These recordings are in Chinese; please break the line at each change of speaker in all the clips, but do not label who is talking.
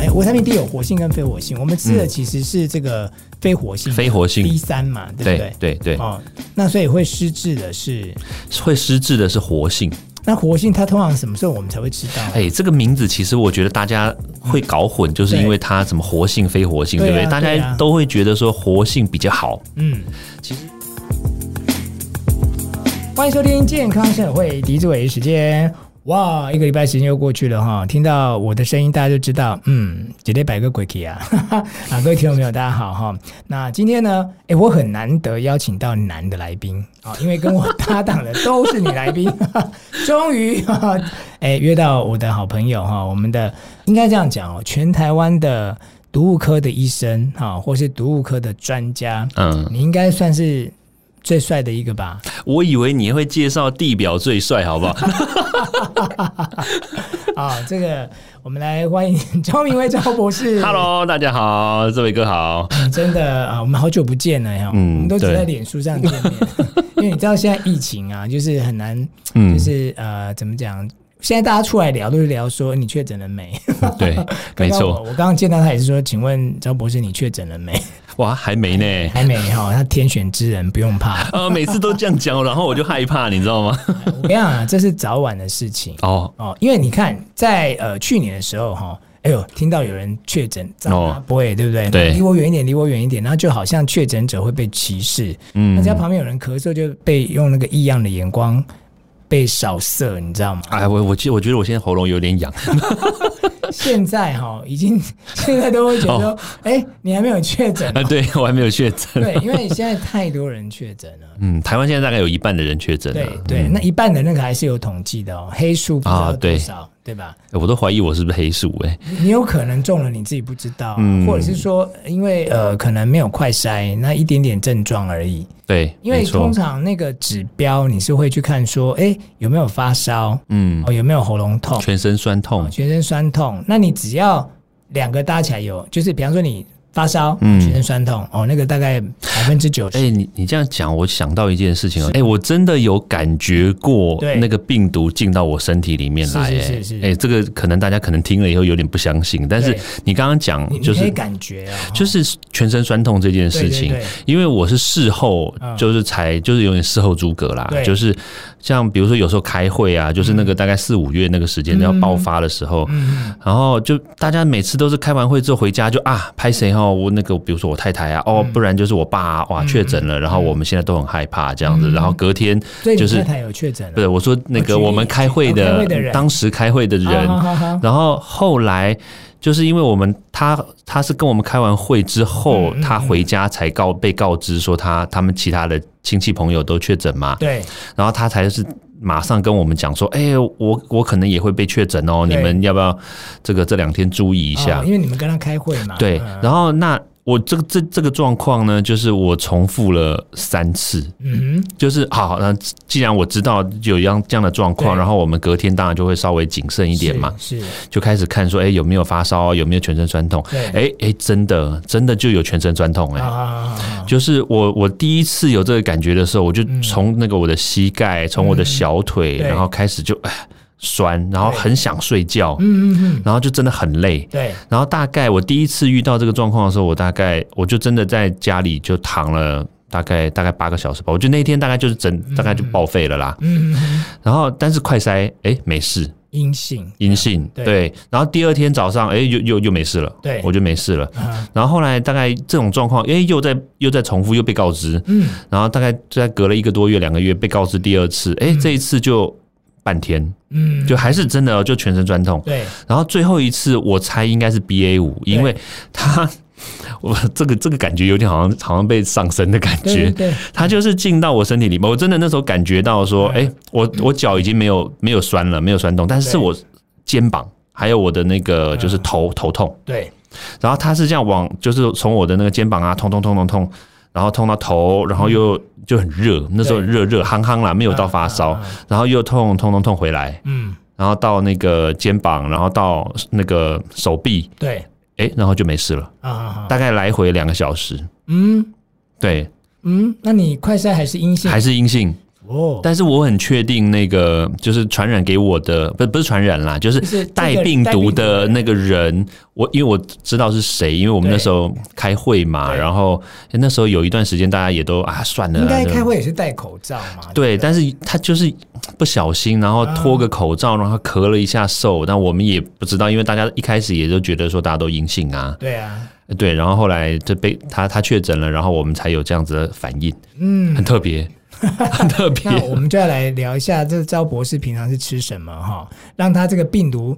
哎维他命 D 有活性跟非活性，我们吃的其实是这个非活性的，
嗯非活性
D 三嘛，对不
对
对？
对对，
哦，那所以会失智的是，
会失智的是活性。
那活性它通常什么时候我们才会吃到？
哎、这个名字其实我觉得大家会搞混，就是因为它什么活性、非活性，
对
对
啊
不对？大
对啊
家都会觉得说活性比较好。
嗯，
其实
欢迎收听健康社会狄志伟时间。哇，一个礼拜时间又过去了哈，听到我的声音大家就知道，嗯，绝对摆个鬼 K 啊！ 啊，各位听众朋友，大家好哈。那今天呢，哎、我很难得邀请到男的来宾啊，因为跟我搭档的都是女来宾， 终于哈哎、约到我的好朋友哈，我们的应该这样讲哦，全台湾的毒物科的医生哈，或是毒物科的专家，
嗯，
你应该算是最帅的一个吧？
我以为你会介绍地表最帅，好不好？
啊，这个我们来欢迎 周明威周博士。
Hello，大家好，这位 哥好。
嗯真的啊，我们好久不见了呀，
嗯
我们都只
对
在脸书上见 面，因为你知道现在疫情啊，就是很难，
嗯
就，是、呃，怎么讲？现在大家出来聊都是聊说你确诊了没？
对，没
刚刚我
错。
我刚刚见到他也是说，请问周博士你确诊了没？
哇，还没呢。
还没哈、他天选之人不用怕。
呃，每次都这样讲，然后我就害怕，你知道吗？
我跟你讲啊，这是早晚的事情
哦，
哦，因为你看在呃去年的时候哈、哎呦，听到有人确诊，
哦
不会对不对？
对
离我远一点，离我远一点，然后就好像确诊者会被歧视，那
嗯
只，要旁边有人咳嗽，就被用那个异样的眼光被扫射，你知 道吗？
哎，我我记，我觉得我现在喉咙 有点痒。
现在哈，已经 现在都会觉得
哦
说，哎、你还没有确 诊
啊，
哦、
对我还没有确诊。
对，因为现在太多人确诊了。
嗯，台湾现在大概有一半的人确诊
对
了。
对，那一半的那个还是有统计的哦，黑数不知道
啊对
多少，对吧？
哎我都怀疑我是不是黑鼠哎、
你有可能中了，你自己不知道、
嗯
或者是说，因为呃，可能没有快筛，那一点点症状而已。
对，
因为
没错
通，常那个指标你是会去看说，哎、有没有发烧，
嗯，
哦，有没有喉咙痛，
全身酸痛，
全身酸痛。那你只要两个搭起来有，就是比方说你发烧，
嗯
全身酸痛，哦，那个大概百分之九
哎、
十。
你你这样讲，我想到一件事情哦，哎、我真的有感觉过
对
那个病毒进到我身体里面来、
是
哎，
是是是
哎、这个可能大家可能听了以后有点不相信，但是
对
你刚刚
你
讲
你
就
可以
是
感觉啊、哦，
就是全身酸痛这件
对
事情，
对对
因为我是事后
嗯
就是才就是有点事后诸葛啦
对，嗯
就是像比如说有时候开会啊，就是那个大概四五月那个时间要爆发的时候，然后就大家每次都是开完会之后回家就啊拍谁哦，我那个比如说我太太啊，
嗯
哦不然就是我爸啊，哇确诊了，然后我们现在都很害怕这
嗯
样子，然后隔天
所以你
就是
太太有确诊
不
了，
是我说那
哦
个
举例
我们开会
哦开
的
会的人啊
当时开会的人
好好好
然后后来就是因为我们他他是跟我们开完会之后，
嗯嗯
他回家才告被告知说他他们其他的亲戚朋友都确诊嘛，
对，
然后他才是。马上跟我们讲说，哎、我我可能也会被确诊哦，
对
你们要不要这个这两天注意一下？
哦因为你们跟他开会嘛，
对，
嗯
然后那我这个这这个状况呢，就是我重复了三次，
嗯
就是好，那既然我知道有一样这样的状况，
对
然后我们隔天当然就会稍微谨慎
哼，
一点嘛，
是，是
就开始看说，哎、有没有发烧，有没有全身酸痛？
对
哎、哎、真的真的就有全身酸痛哎、
啊啊啊啊
就是我，我第一次有这个感觉的时候，我就
嗯
从那个我的膝盖，从我的小腿，
对
然后开始就哎酸，然后
对
很想睡觉，
嗯嗯嗯，
然后就真的很累。
对，
然后大概我第一次遇到这个状况的时候，我大概我就真的在家里就躺了大概大概八个小时吧。我觉得那一天大概就是整大概就报废了啦。
嗯嗯嗯嗯，
然后但是快筛哎没事，
阴性，
阴性，
对
对然后第二天早上，哎、又又又没事了，
对
我就没事了。
啊，
然后后来大概这种状况，哎、又在又在重复，又被告知，
嗯，
然后大概在隔了一个多月、两个月被告知第二次，哎、这一次就半天，
嗯，
就还是真的哦就全身酸痛。
对，
然后最后一次我猜应该是 B A 五，因为他我这个这个感觉有点好像好像被上身的感
对
觉，
对，
它就是进到我身体里面，我真的那时候感觉到说，哎、
对
我我脚已经没有没有酸了，没有酸痛，但是是
嗯对
我肩膀还有我的那个
嗯
就是头、头痛，
对，
然后它是这样往，就是从我的那个肩膀啊，痛痛痛痛痛，然后痛到头，然后又就很热，那时候
嗯对
热热夯夯啦，没有到发烧，
嗯嗯嗯
然后又痛痛痛痛回来，
嗯，
然后到那个肩膀，然后到那个手臂，
对，
哎、然后就没事了，
啊啊啊，
大概来回两个小时，
嗯
对，
嗯，那你快筛还是阴性？
还是阴性。
哦，
但是我很确定，那个就是传染给我的，不不是传染啦，就是
就是这个
带病毒
带
的
病毒的
那个人，我因为我知道是谁，因为我们
对
那时候开会嘛，
对
然后那时候有一段时间大家也都啊算了啦，
应该
就
开会也是戴口罩嘛？
对，
不
但是他就是不小心，然后脱个口
啊
罩，然后咳了一下嗽，但我们也不知道，因为大家一开始也就觉得说大家都阴性啊，
对啊，
对，然后后来就被他他确诊了，然后我们才有这样子的反应，
嗯
很，特 别，很特别。
那我们就要来聊一下，这赵博士平常是吃什么哈，让他这个病毒，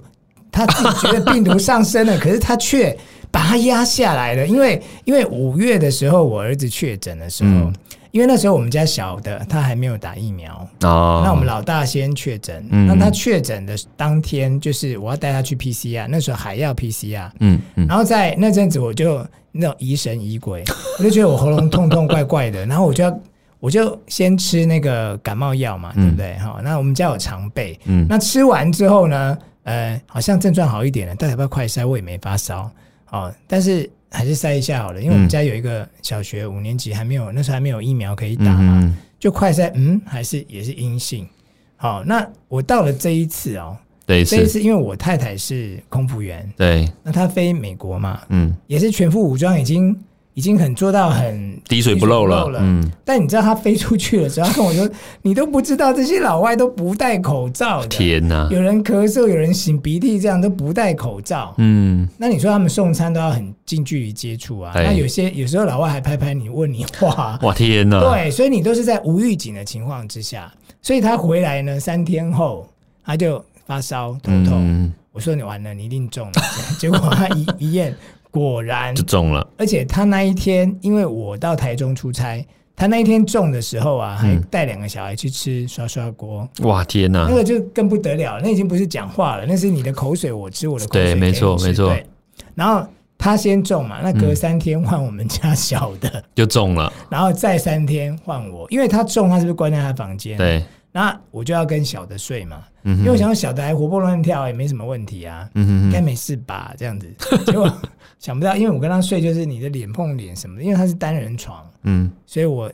他自己觉得病毒上升了，可是他却把它压下来了。因为因为五月的时候，我儿子确诊的时候，
嗯
因为那时候我们家小的他还没有打疫苗，
哦，
那我们老大先确诊，
嗯
那他确诊的当天，就是我要带他去 PCR，那时候还要 PCR，
嗯嗯
然后在那阵子我就那种疑神疑鬼， 我就觉得我喉咙痛痛怪怪的，然后我就要我就先吃那个感冒药嘛，对不对？好、那我们家有常备，
嗯
那吃完之后呢，呃，好像症状好一点了，但要不要快筛？我也没发烧，哦，但是还是筛一下好了，因为我们
嗯
家有一个小学五年级还没有，那时候还没有疫苗可以打
嗯
嘛，
嗯，
就快筛，嗯，还是也是阴性。好，那我到了这一次哦，
对
这一
是，
次因为我太太是空服员，
对，
那她飞美国嘛，
嗯，
也是全副武装，已经已经很做到很
滴水不漏
滴水
了，嗯，
但你知道她飞出去了之后，她跟我说，你都不知道这些老外都不戴口罩的，
天啊哪，
有人咳嗽，有人擤鼻涕，这样都不戴口罩。
嗯，
那你说他们送餐都要很近距离接触啊？
哎
那有些有时候老外还拍拍你，问你话，
哇天哪，
对，所以你都是在无预警的情况之下，所以他回来呢，三天后他就发烧、头痛。
嗯，
我说你完了，你一定中了。 结果他一一验，果 然
就，中了，
而且他那一天，因为我到台中出差，他那一天中的时候啊，还
嗯
带两个小孩去吃刷刷锅，
哇天哪
那，个就更不得了，那已经不是讲话了，那是你的口水我吃，我的口水
对
给
没
你
错
吃
没错嗯
对然后他先中嘛，那隔三天换我们家小的。
就中了，
然后再三天换我，因为他中，他是不是关在他房间？。
对，
那我就要跟小的睡嘛，
嗯
因为
哼
我想说小的还活蹦乱跳，也没什么问题啊，
嗯哼
应
哼
该没事吧？这样子， 结果想不到，因为我跟他睡就是你的脸碰脸什么的，因为他是单人床，
嗯
所以我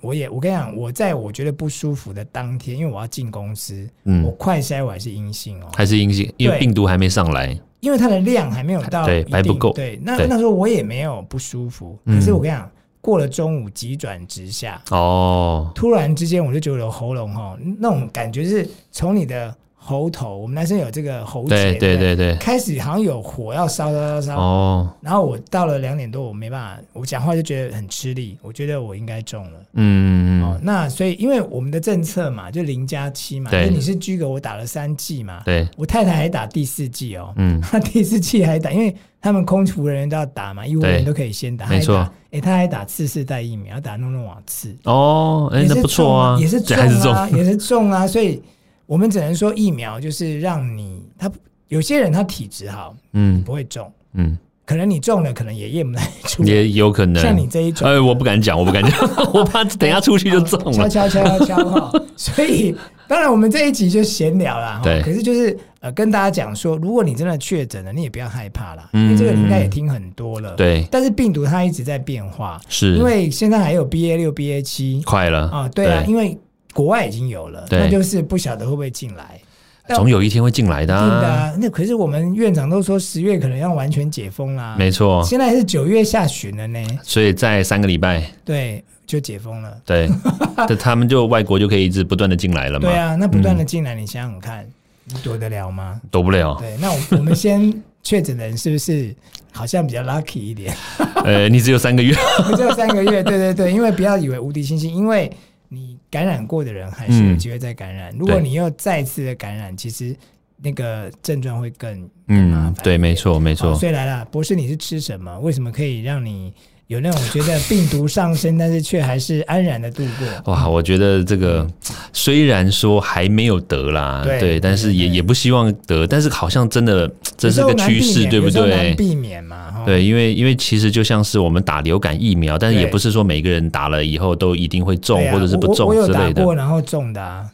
我也我跟你讲，我在我觉得不舒服的当天，因为我要进公司，
嗯
我快筛我还是阴性哦，
还是阴性，因为
对
病毒还没上来。
因为它的量还没有到
对
一定
还不够
对，那
对
那时候我也没有不舒服，
嗯
可是我跟你讲，过了中午急转直下。
哦，
突然之间，我就觉得我喉咙哈，那种感觉是从你的喉头，我们男生有这个喉结，
对对
不
对对，
开始好像有火要烧烧烧烧，
哦，
然后我到了两点多，我没办法，我讲话就觉得很吃力，我觉得我应该中了。
嗯，
哦
嗯，
那所以因为我们的政策嘛，就零加七嘛，
对
就你是居隔，我打了三剂嘛，
对，
我太太还打第四剂哦，
嗯，
她第四剂还打，因为他们空服人员都要打嘛，医护人员
对
都可以先打，
没错
哎、诶她还打次世代疫苗，打诺诺瓦次，
哦，哎
也，是
那不错啊，
中也是
这
重
还是中，
啊，也是重啊，所以我们只能说疫苗就是让你他有些人他体质好
嗯
不会中，
嗯，
可能你中了可能也验不太出，
也有可能。
像你这一种。哦
哎，我不敢讲，我不敢讲， 我怕等一下出去就中
敲
了。
敲敲敲敲哈，所以当然我们这一集就闲聊啦。哈
对
可是就是呃跟大家讲说，如果你真的确诊了，你也不要害怕啦，
嗯
因为这个你应该也听很多了。，
对，
但是病毒它一直在变化，
是
因为现在还有 BA 六、BA 七，
快了，
啊，对啊，因为国外已经有了，
对
那就是不晓得会不会进来。但
总有一天会进来的
定的
啊，
啊，那可是我们院长都说十月可能要完全解封啦，
没啊错。
现在是九月下旬了呢，
所以在三个礼拜，
对，就解封了。
对， 这他们就外国就可以一直不断的进来了嘛
对，啊，那不断的进来，你想想看，
嗯
你躲得了吗？
躲不了。
对，那我我们先确诊的人是不是好像比较 lucky 一点？
呃，你只有三个月，
只有三个月，对对对，因为不要以为无敌星星，因为你感染过的人还是有
嗯
机会再感染。如果
对
你又再次的感染，其实那个症状会更麻
嗯
烦，
对，没错，没
好
错，
啊所以来了，博士，你是吃什么？为什么可以让你有那种觉得病毒上升，但是却还是安然的度过？
哇，我觉得这个虽然说还没有得啦，
对
但是也
对对
也不希望得，但是好像真的这是
有时
个
候难
趋
避
势，
免
对不
有时候难
对？
避免嘛，哈。
对，因为因为其实就像是我们打流感疫苗，但是
对
也不是说每个人打了以后都一定会中
对啊
或者是不中
我我我
之
有打
类的。
过，然后中的啊，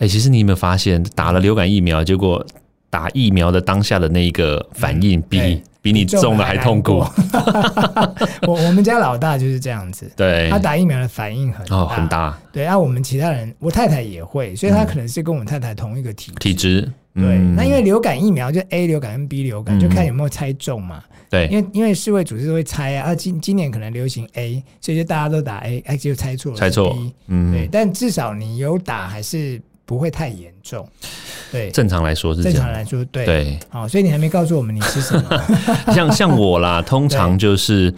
哎、其实你有没有发现，打了流感疫苗，结果打疫苗的当下的那一个反应，
对
比比你中了还痛苦。。
我我们家老大就是这样子，
对
他，打疫苗的反应很
哦，很。大
对啊，我们其他人，我太太也会，所以她可能是跟我太太同一个体质。
体质。
对，
嗯
那因为流感疫苗就是 A 流感跟 B 流感，
嗯
就看有没有猜中嘛。
对
因为因为世卫组织都会猜啊，啊今今年可能流行 A，所以就大家都打 A，哎、就猜错了，
猜错
B，，对，
嗯，
但至少你有打还是不会太严重，对，
正常来说是这
正常
样。
来说对，
对，
好、所以你还没告诉我们你吃什 么，
像像我啦，通常就是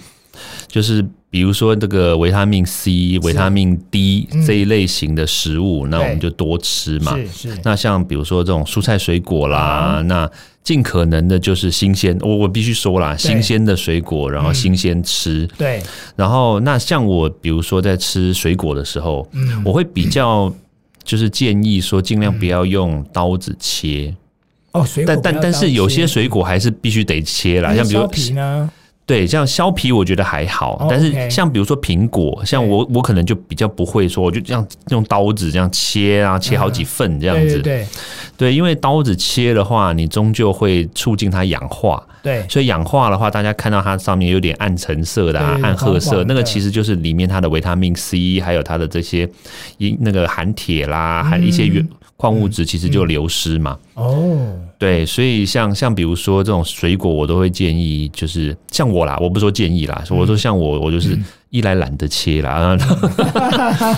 就是比如说这个维他命 C、维他命 D
嗯
这一类型的食物，那我们就多吃嘛。
是是，
那像比如说这种蔬菜水果
啊
啦，那尽可能的就是新鲜，我我必须说啦，新鲜的水果，
嗯
然后新鲜吃。
对，
然后那像我比如说在吃水果的时候，
嗯，
我会比较就是建议说尽量不要用刀子切，
哦，水果
但
不
但
要
但
刀
是有
切
些水果还是必须得切啦，
那
像比如
削皮呢，
对，像削皮我觉得还好，
哦
但是
OK
像比如说苹果，像
对
我我可能就比较不会说，我就这样用刀子这样切啊，切好几份这样
对
子。
对对
对因为刀子切的话，你终究会促进它氧化，
对，
所以氧化的话，大家看到它上面有点暗橙色的、啊
对、对
暗褐
黄
色，
黄的
那个其实就是里面它的维他命 C，还有它的这些呃一那个含铁啦，
嗯
含一些元矿物质，其实就流失嘛。
哦，
对，所以像像比如说这种水果，我都会建议，就是像我啦，我不说建议啦，
嗯
我说像我，我就是一来懒得切啦，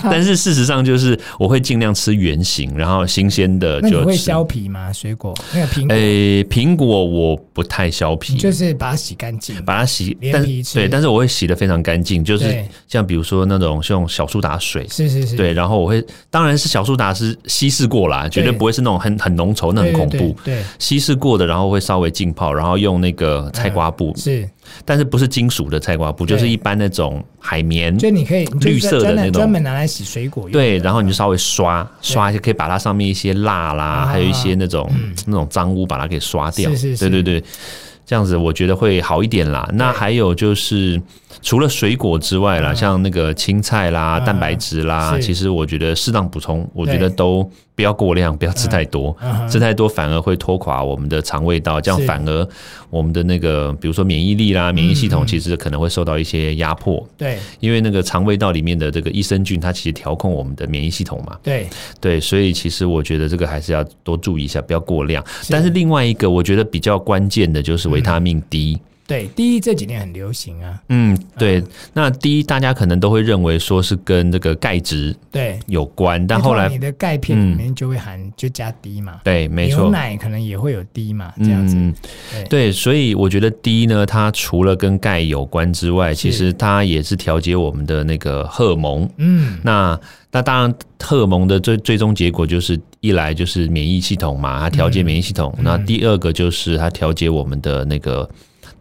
但是事实上就是我会尽量吃原形，然后新鲜的
那你
就
会
吃。
削皮吗？水果那个苹果，
诶，苹果我不太削皮，
你就是把它洗干净，
把它洗，
连
但
皮
是
吃
对，但是我会洗的非常干净，就是
对
像比如说那种用小苏打水。
是是是，
对，然后我会，当然是小苏打是稀释过啦，绝对
对
不会是那种很很浓稠，那
对，
很恐怖。
对对，
稀释过的，然后会稍微浸泡，然后用那个菜瓜布，
是。
但是不是金属的菜瓜布，
嗯对
就是一般那种海绵。
嗯就你可以你就
绿
专
色的
专
那
门
种
专门拿来洗水果用。
对，然后你就稍微刷刷一下，可以把它上面一些蜡啦，
啊
还有一些那种、 那种脏污，把它给刷掉。
是是是
对对对，这样子我觉得会好一点啦。那还有就是，除了水果之外啦，像那个青菜啦、
嗯
蛋白质啦，
啊是
其实我觉得适当补充，我觉
对
得都不要过量，不要吃太多。
嗯哼，
吃太多反而会拖垮我们的肠胃道，这样
是
反而我们的那个，比如说免疫力啦、免疫系
嗯
统，
嗯
其实可能会受到一些压迫，
对
因为那个肠胃道里面的这个益生菌，它其实调控我们的免疫系统嘛。
对
对，所以其实我觉得这个还是要多注意一下，不要过量。但是另外一个，我觉得比较关键的就是维他命 D。
对，第一这几年很流行啊，
嗯，对。那 D 大家可能都会认为说是跟这个钙质
对。
有关，但
因为
后
通常
来嗯
你的钙片里面就会含就加 D 嘛，
对，没
牛
错。
奶可能也会有 D 嘛，这样子。
嗯
对
对，所以我觉得第一呢，它除了跟钙有关之外，其实它也是调节我们的那个荷尔蒙。
嗯，
那那当然，荷尔蒙的最最终结果就是一来就是免疫系统嘛，它调节免疫
嗯
系统；那、第二个就是它调节我们的那个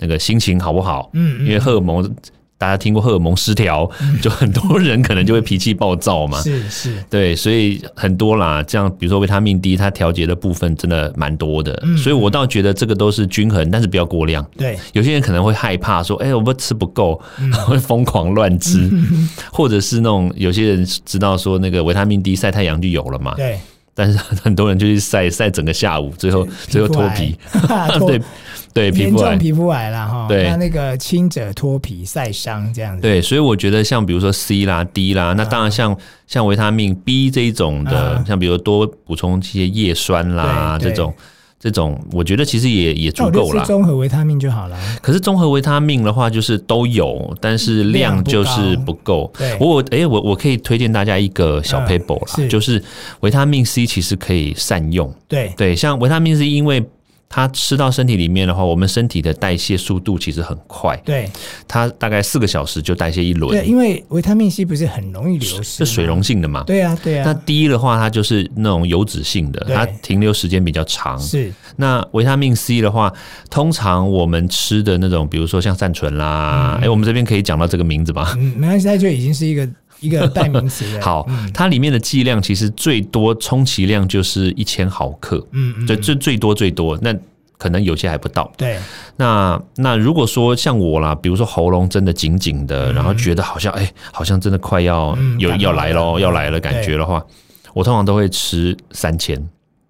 那个心情好不好？
嗯嗯嗯
因为荷尔蒙大家听过荷尔蒙失调， 就很多人可能就会脾气暴躁嘛。
是是，
对，所以很多啦，这样比如说维他命 D，它调节的部分真的蛮多的，
嗯
所以我倒觉得这个都是均衡，但是不要过量。
对
有些人可能会害怕说，哎、我不吃不够， 会疯狂乱吃，或者是那种有些人知道说那个维他命 D 晒太阳就有了嘛，
对，
但是很多人就去晒晒整个下午，最后最后脱皮，
癌脱
对对，皮
严
肤
重
癌。
皮肤癌啦哈。
对
那那个轻者脱皮晒伤这样子。
对，所以我觉得像比如说 C 啦、D 啦，
嗯
那当然像、像维他命 B 这一种的，
啊
像比如多补充一些叶酸啦
对
这
对
种，这种我觉得其实也也
那
足
我就
够
吃
啦。
综合维他命就好了。
可是综合维他命的话，就是都有，但是量就是不够
对。
我我哎、我我可以推荐大家一个小
嗯
paper 啦，
是
就是维他命 C 其实可以善用。
对
对，像维他命 C，因为它吃到身体里面的话，我们身体的代谢速度其实很快，
对
它大概四个小时就代谢一
对，
轮，
因为维他命 C 不是很容易流失
是
吗，
水溶性的嘛。
对啊，对
那
啊，
第一的话，它就是那种油脂性的，
对
它停留时间比较长。
是
那维他命 C 的话，通常我们吃的那种，比如说像善存啦，哎、我们这边可以讲到这个名字吧？
嗯，没关系，它就已经是一 个一个代名词了。
好，它里面的剂量其实最多充其量就是一千毫克，
嗯嗯，
最最最多最多，那可能有些还不到。
对
那那如果说像我啦，比如说喉咙真的紧紧的，然后觉得好像哎、好像真的快要
嗯
有
感冒
要来
了嗯
喽，要来了感觉的话，我通常都会吃三千。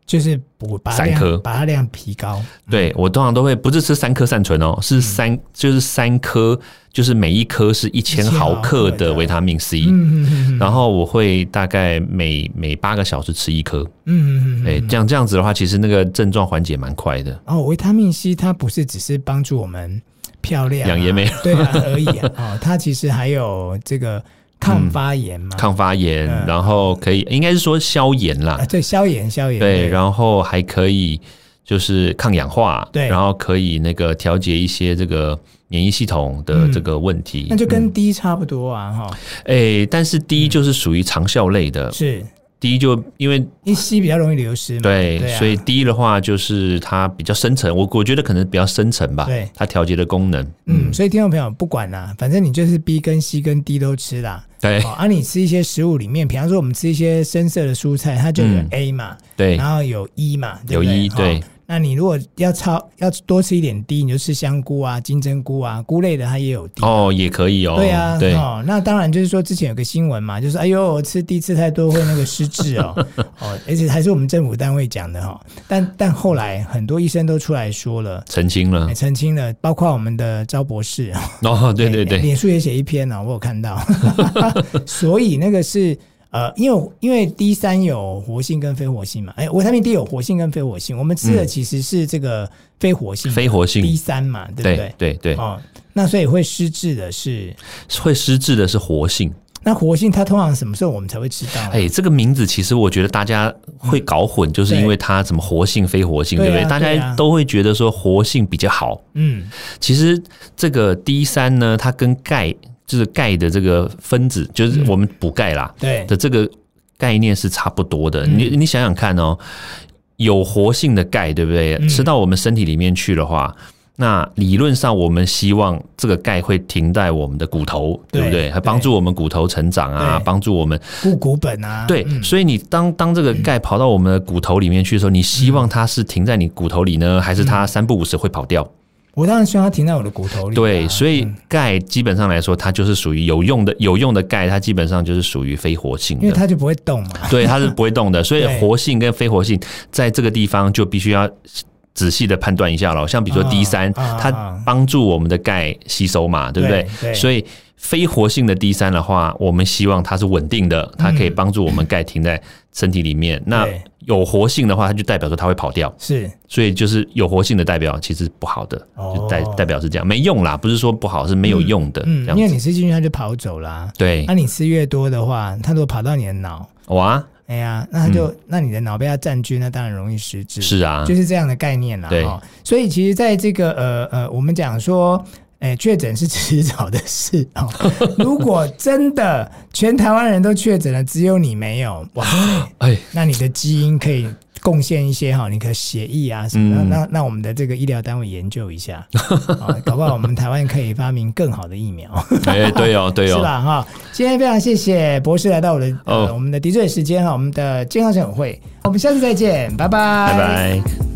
就是补把它
散
量
颗
把它量提高。
对我通常都会不是吃三颗善存
嗯
哦，是三、就是三颗，就是每一颗是一千
1000
毫克
毫克的
的维他命 C，、
嗯嗯嗯
然后我会大概每每八个小时吃一颗，
嗯嗯嗯。
哎、这样这样子的话，其实那个症状缓解蛮快的。
哦，维他命 C 它不是只是帮助我们漂亮啊、
养颜美
对啊而已 啊，哦，它其实还有这个抗发炎嘛，
抗发炎，
嗯
然后可以应该是说消炎啦
啊，，对，消炎消炎。
对，然后还可以就是抗氧化，
对
然后可以那个调节一些这个免疫系统的这个问题。
嗯那就跟 D 差不多啊，哈、
哎，但是第一就是属于长效类的，
是
第一就因为
因为 C 比较容易流失嘛，
对，
啊、
所以第一的话就是它比较深层，我我觉得可能比较深层吧，
对
它调节的功能，
嗯，所以听众朋友不管啦，反正你就是 B 跟 C 跟 D 都吃啦。
对
哦，啊，你吃一些食物里面，比方说我们吃一些深色的蔬菜，它就有
嗯
A 嘛，
对
然后有 E 嘛，对不
有
对
E，
哦
对
那你如果要超要多吃一点 D，你就吃香菇啊、金针菇啊，菇类的它也有 D。
哦，也可以哦，
对啊，
对
哦，那当然就是说，之前有个新闻嘛，就是哎呦，我吃 D 吃太多会那个失智哦， 哦，而且还是我们政府单位讲的哈、哦，但但后来很多医生都出来说了，
澄清了
也，澄清了，包括我们的赵博士，
哦，对对对，
脸书也写一篇呢、啊我有看到， 所以那个是呃，因为因为 D 三有活性跟非活性嘛，哎，维他命 D 有活性跟非活性，我们吃的其实是这个非活性、
嗯非活
D
性，
三嘛，对不
对
对？
对对，
哦，那所以会失智的是，
会失智的是活性。
那活性它通常什么时候我们才会吃到？啊
哎、这个名字其实我觉得大家会搞混，就是因为它怎么活性非活性，
对
对
啊
不对？大
对
家
啊
都会觉得说活性比较好。
嗯，
其实这个 D 三呢，它跟钙就是钙的这个分子，
嗯
就是我们补钙啦、
对，
的这个概念是差不多的。
嗯
你你想想看哦，有活性的钙，对不对？
嗯
吃到我们身体里面去的话。那理论上，我们希望这个钙会停在我们的骨头，对不
对
对？还帮
对
助我们骨头成长啊，
对
帮助我们
固骨本啊，
对，
嗯
所以你当当这个钙跑到我们的骨头里面去的时候，你希
嗯
望它是停在你骨头里呢，还是它三不五时会跑掉？
我当然希望它停在我的骨头里啊、
对，所以
嗯
钙基本上来说，它就是属于有用的，有用的钙，它基本上就是属于非活性
因为
的。
它就不会动嘛，
对，它是不会动的，所以
对
活性跟非活性在这个地方就必须要仔细的判断一下了。像比如说
啊
D 三、
啊
它
啊
帮助我们的钙吸收嘛，对不对？
对
所以非活性的 D 三的话，我们希望它是稳定的，它
嗯
可以帮助我们钙停在身体里面。那
对
有活性的话，它就代表说它会跑掉，
是
所以就是有活性的代表其实不好的，
哦
就代代表是这样，没用啦，不是说不好，是没有用的、
嗯
这，
因
样
为
子。
你吃进去它就跑走啦、
对
那、，你吃越多的话，它如果跑到你的脑，
哇，
哎呀，那它就、那你的脑被它占据，那当然容易失智，
嗯是啊
就，是这样的概念啦。
对
哦，所以其实在这个呃呃，我们讲说。哎，确诊是迟早的事 哦。如果真的全台湾人都确诊了，只有你没有，哇，
哎，
那你的基因可以贡献一些哈，你可协议啊什么的。
嗯
那那我们的这个医疗单位研究一下，哦、搞不好我们台湾可以发明更好的疫苗。
哎，对哦，对
是
哦，
吧？哈，今天非常谢谢博士来到我的、呃
哦
我们的敌对时间哈，我们的健康生活会，我们下次再见，拜拜，
拜拜。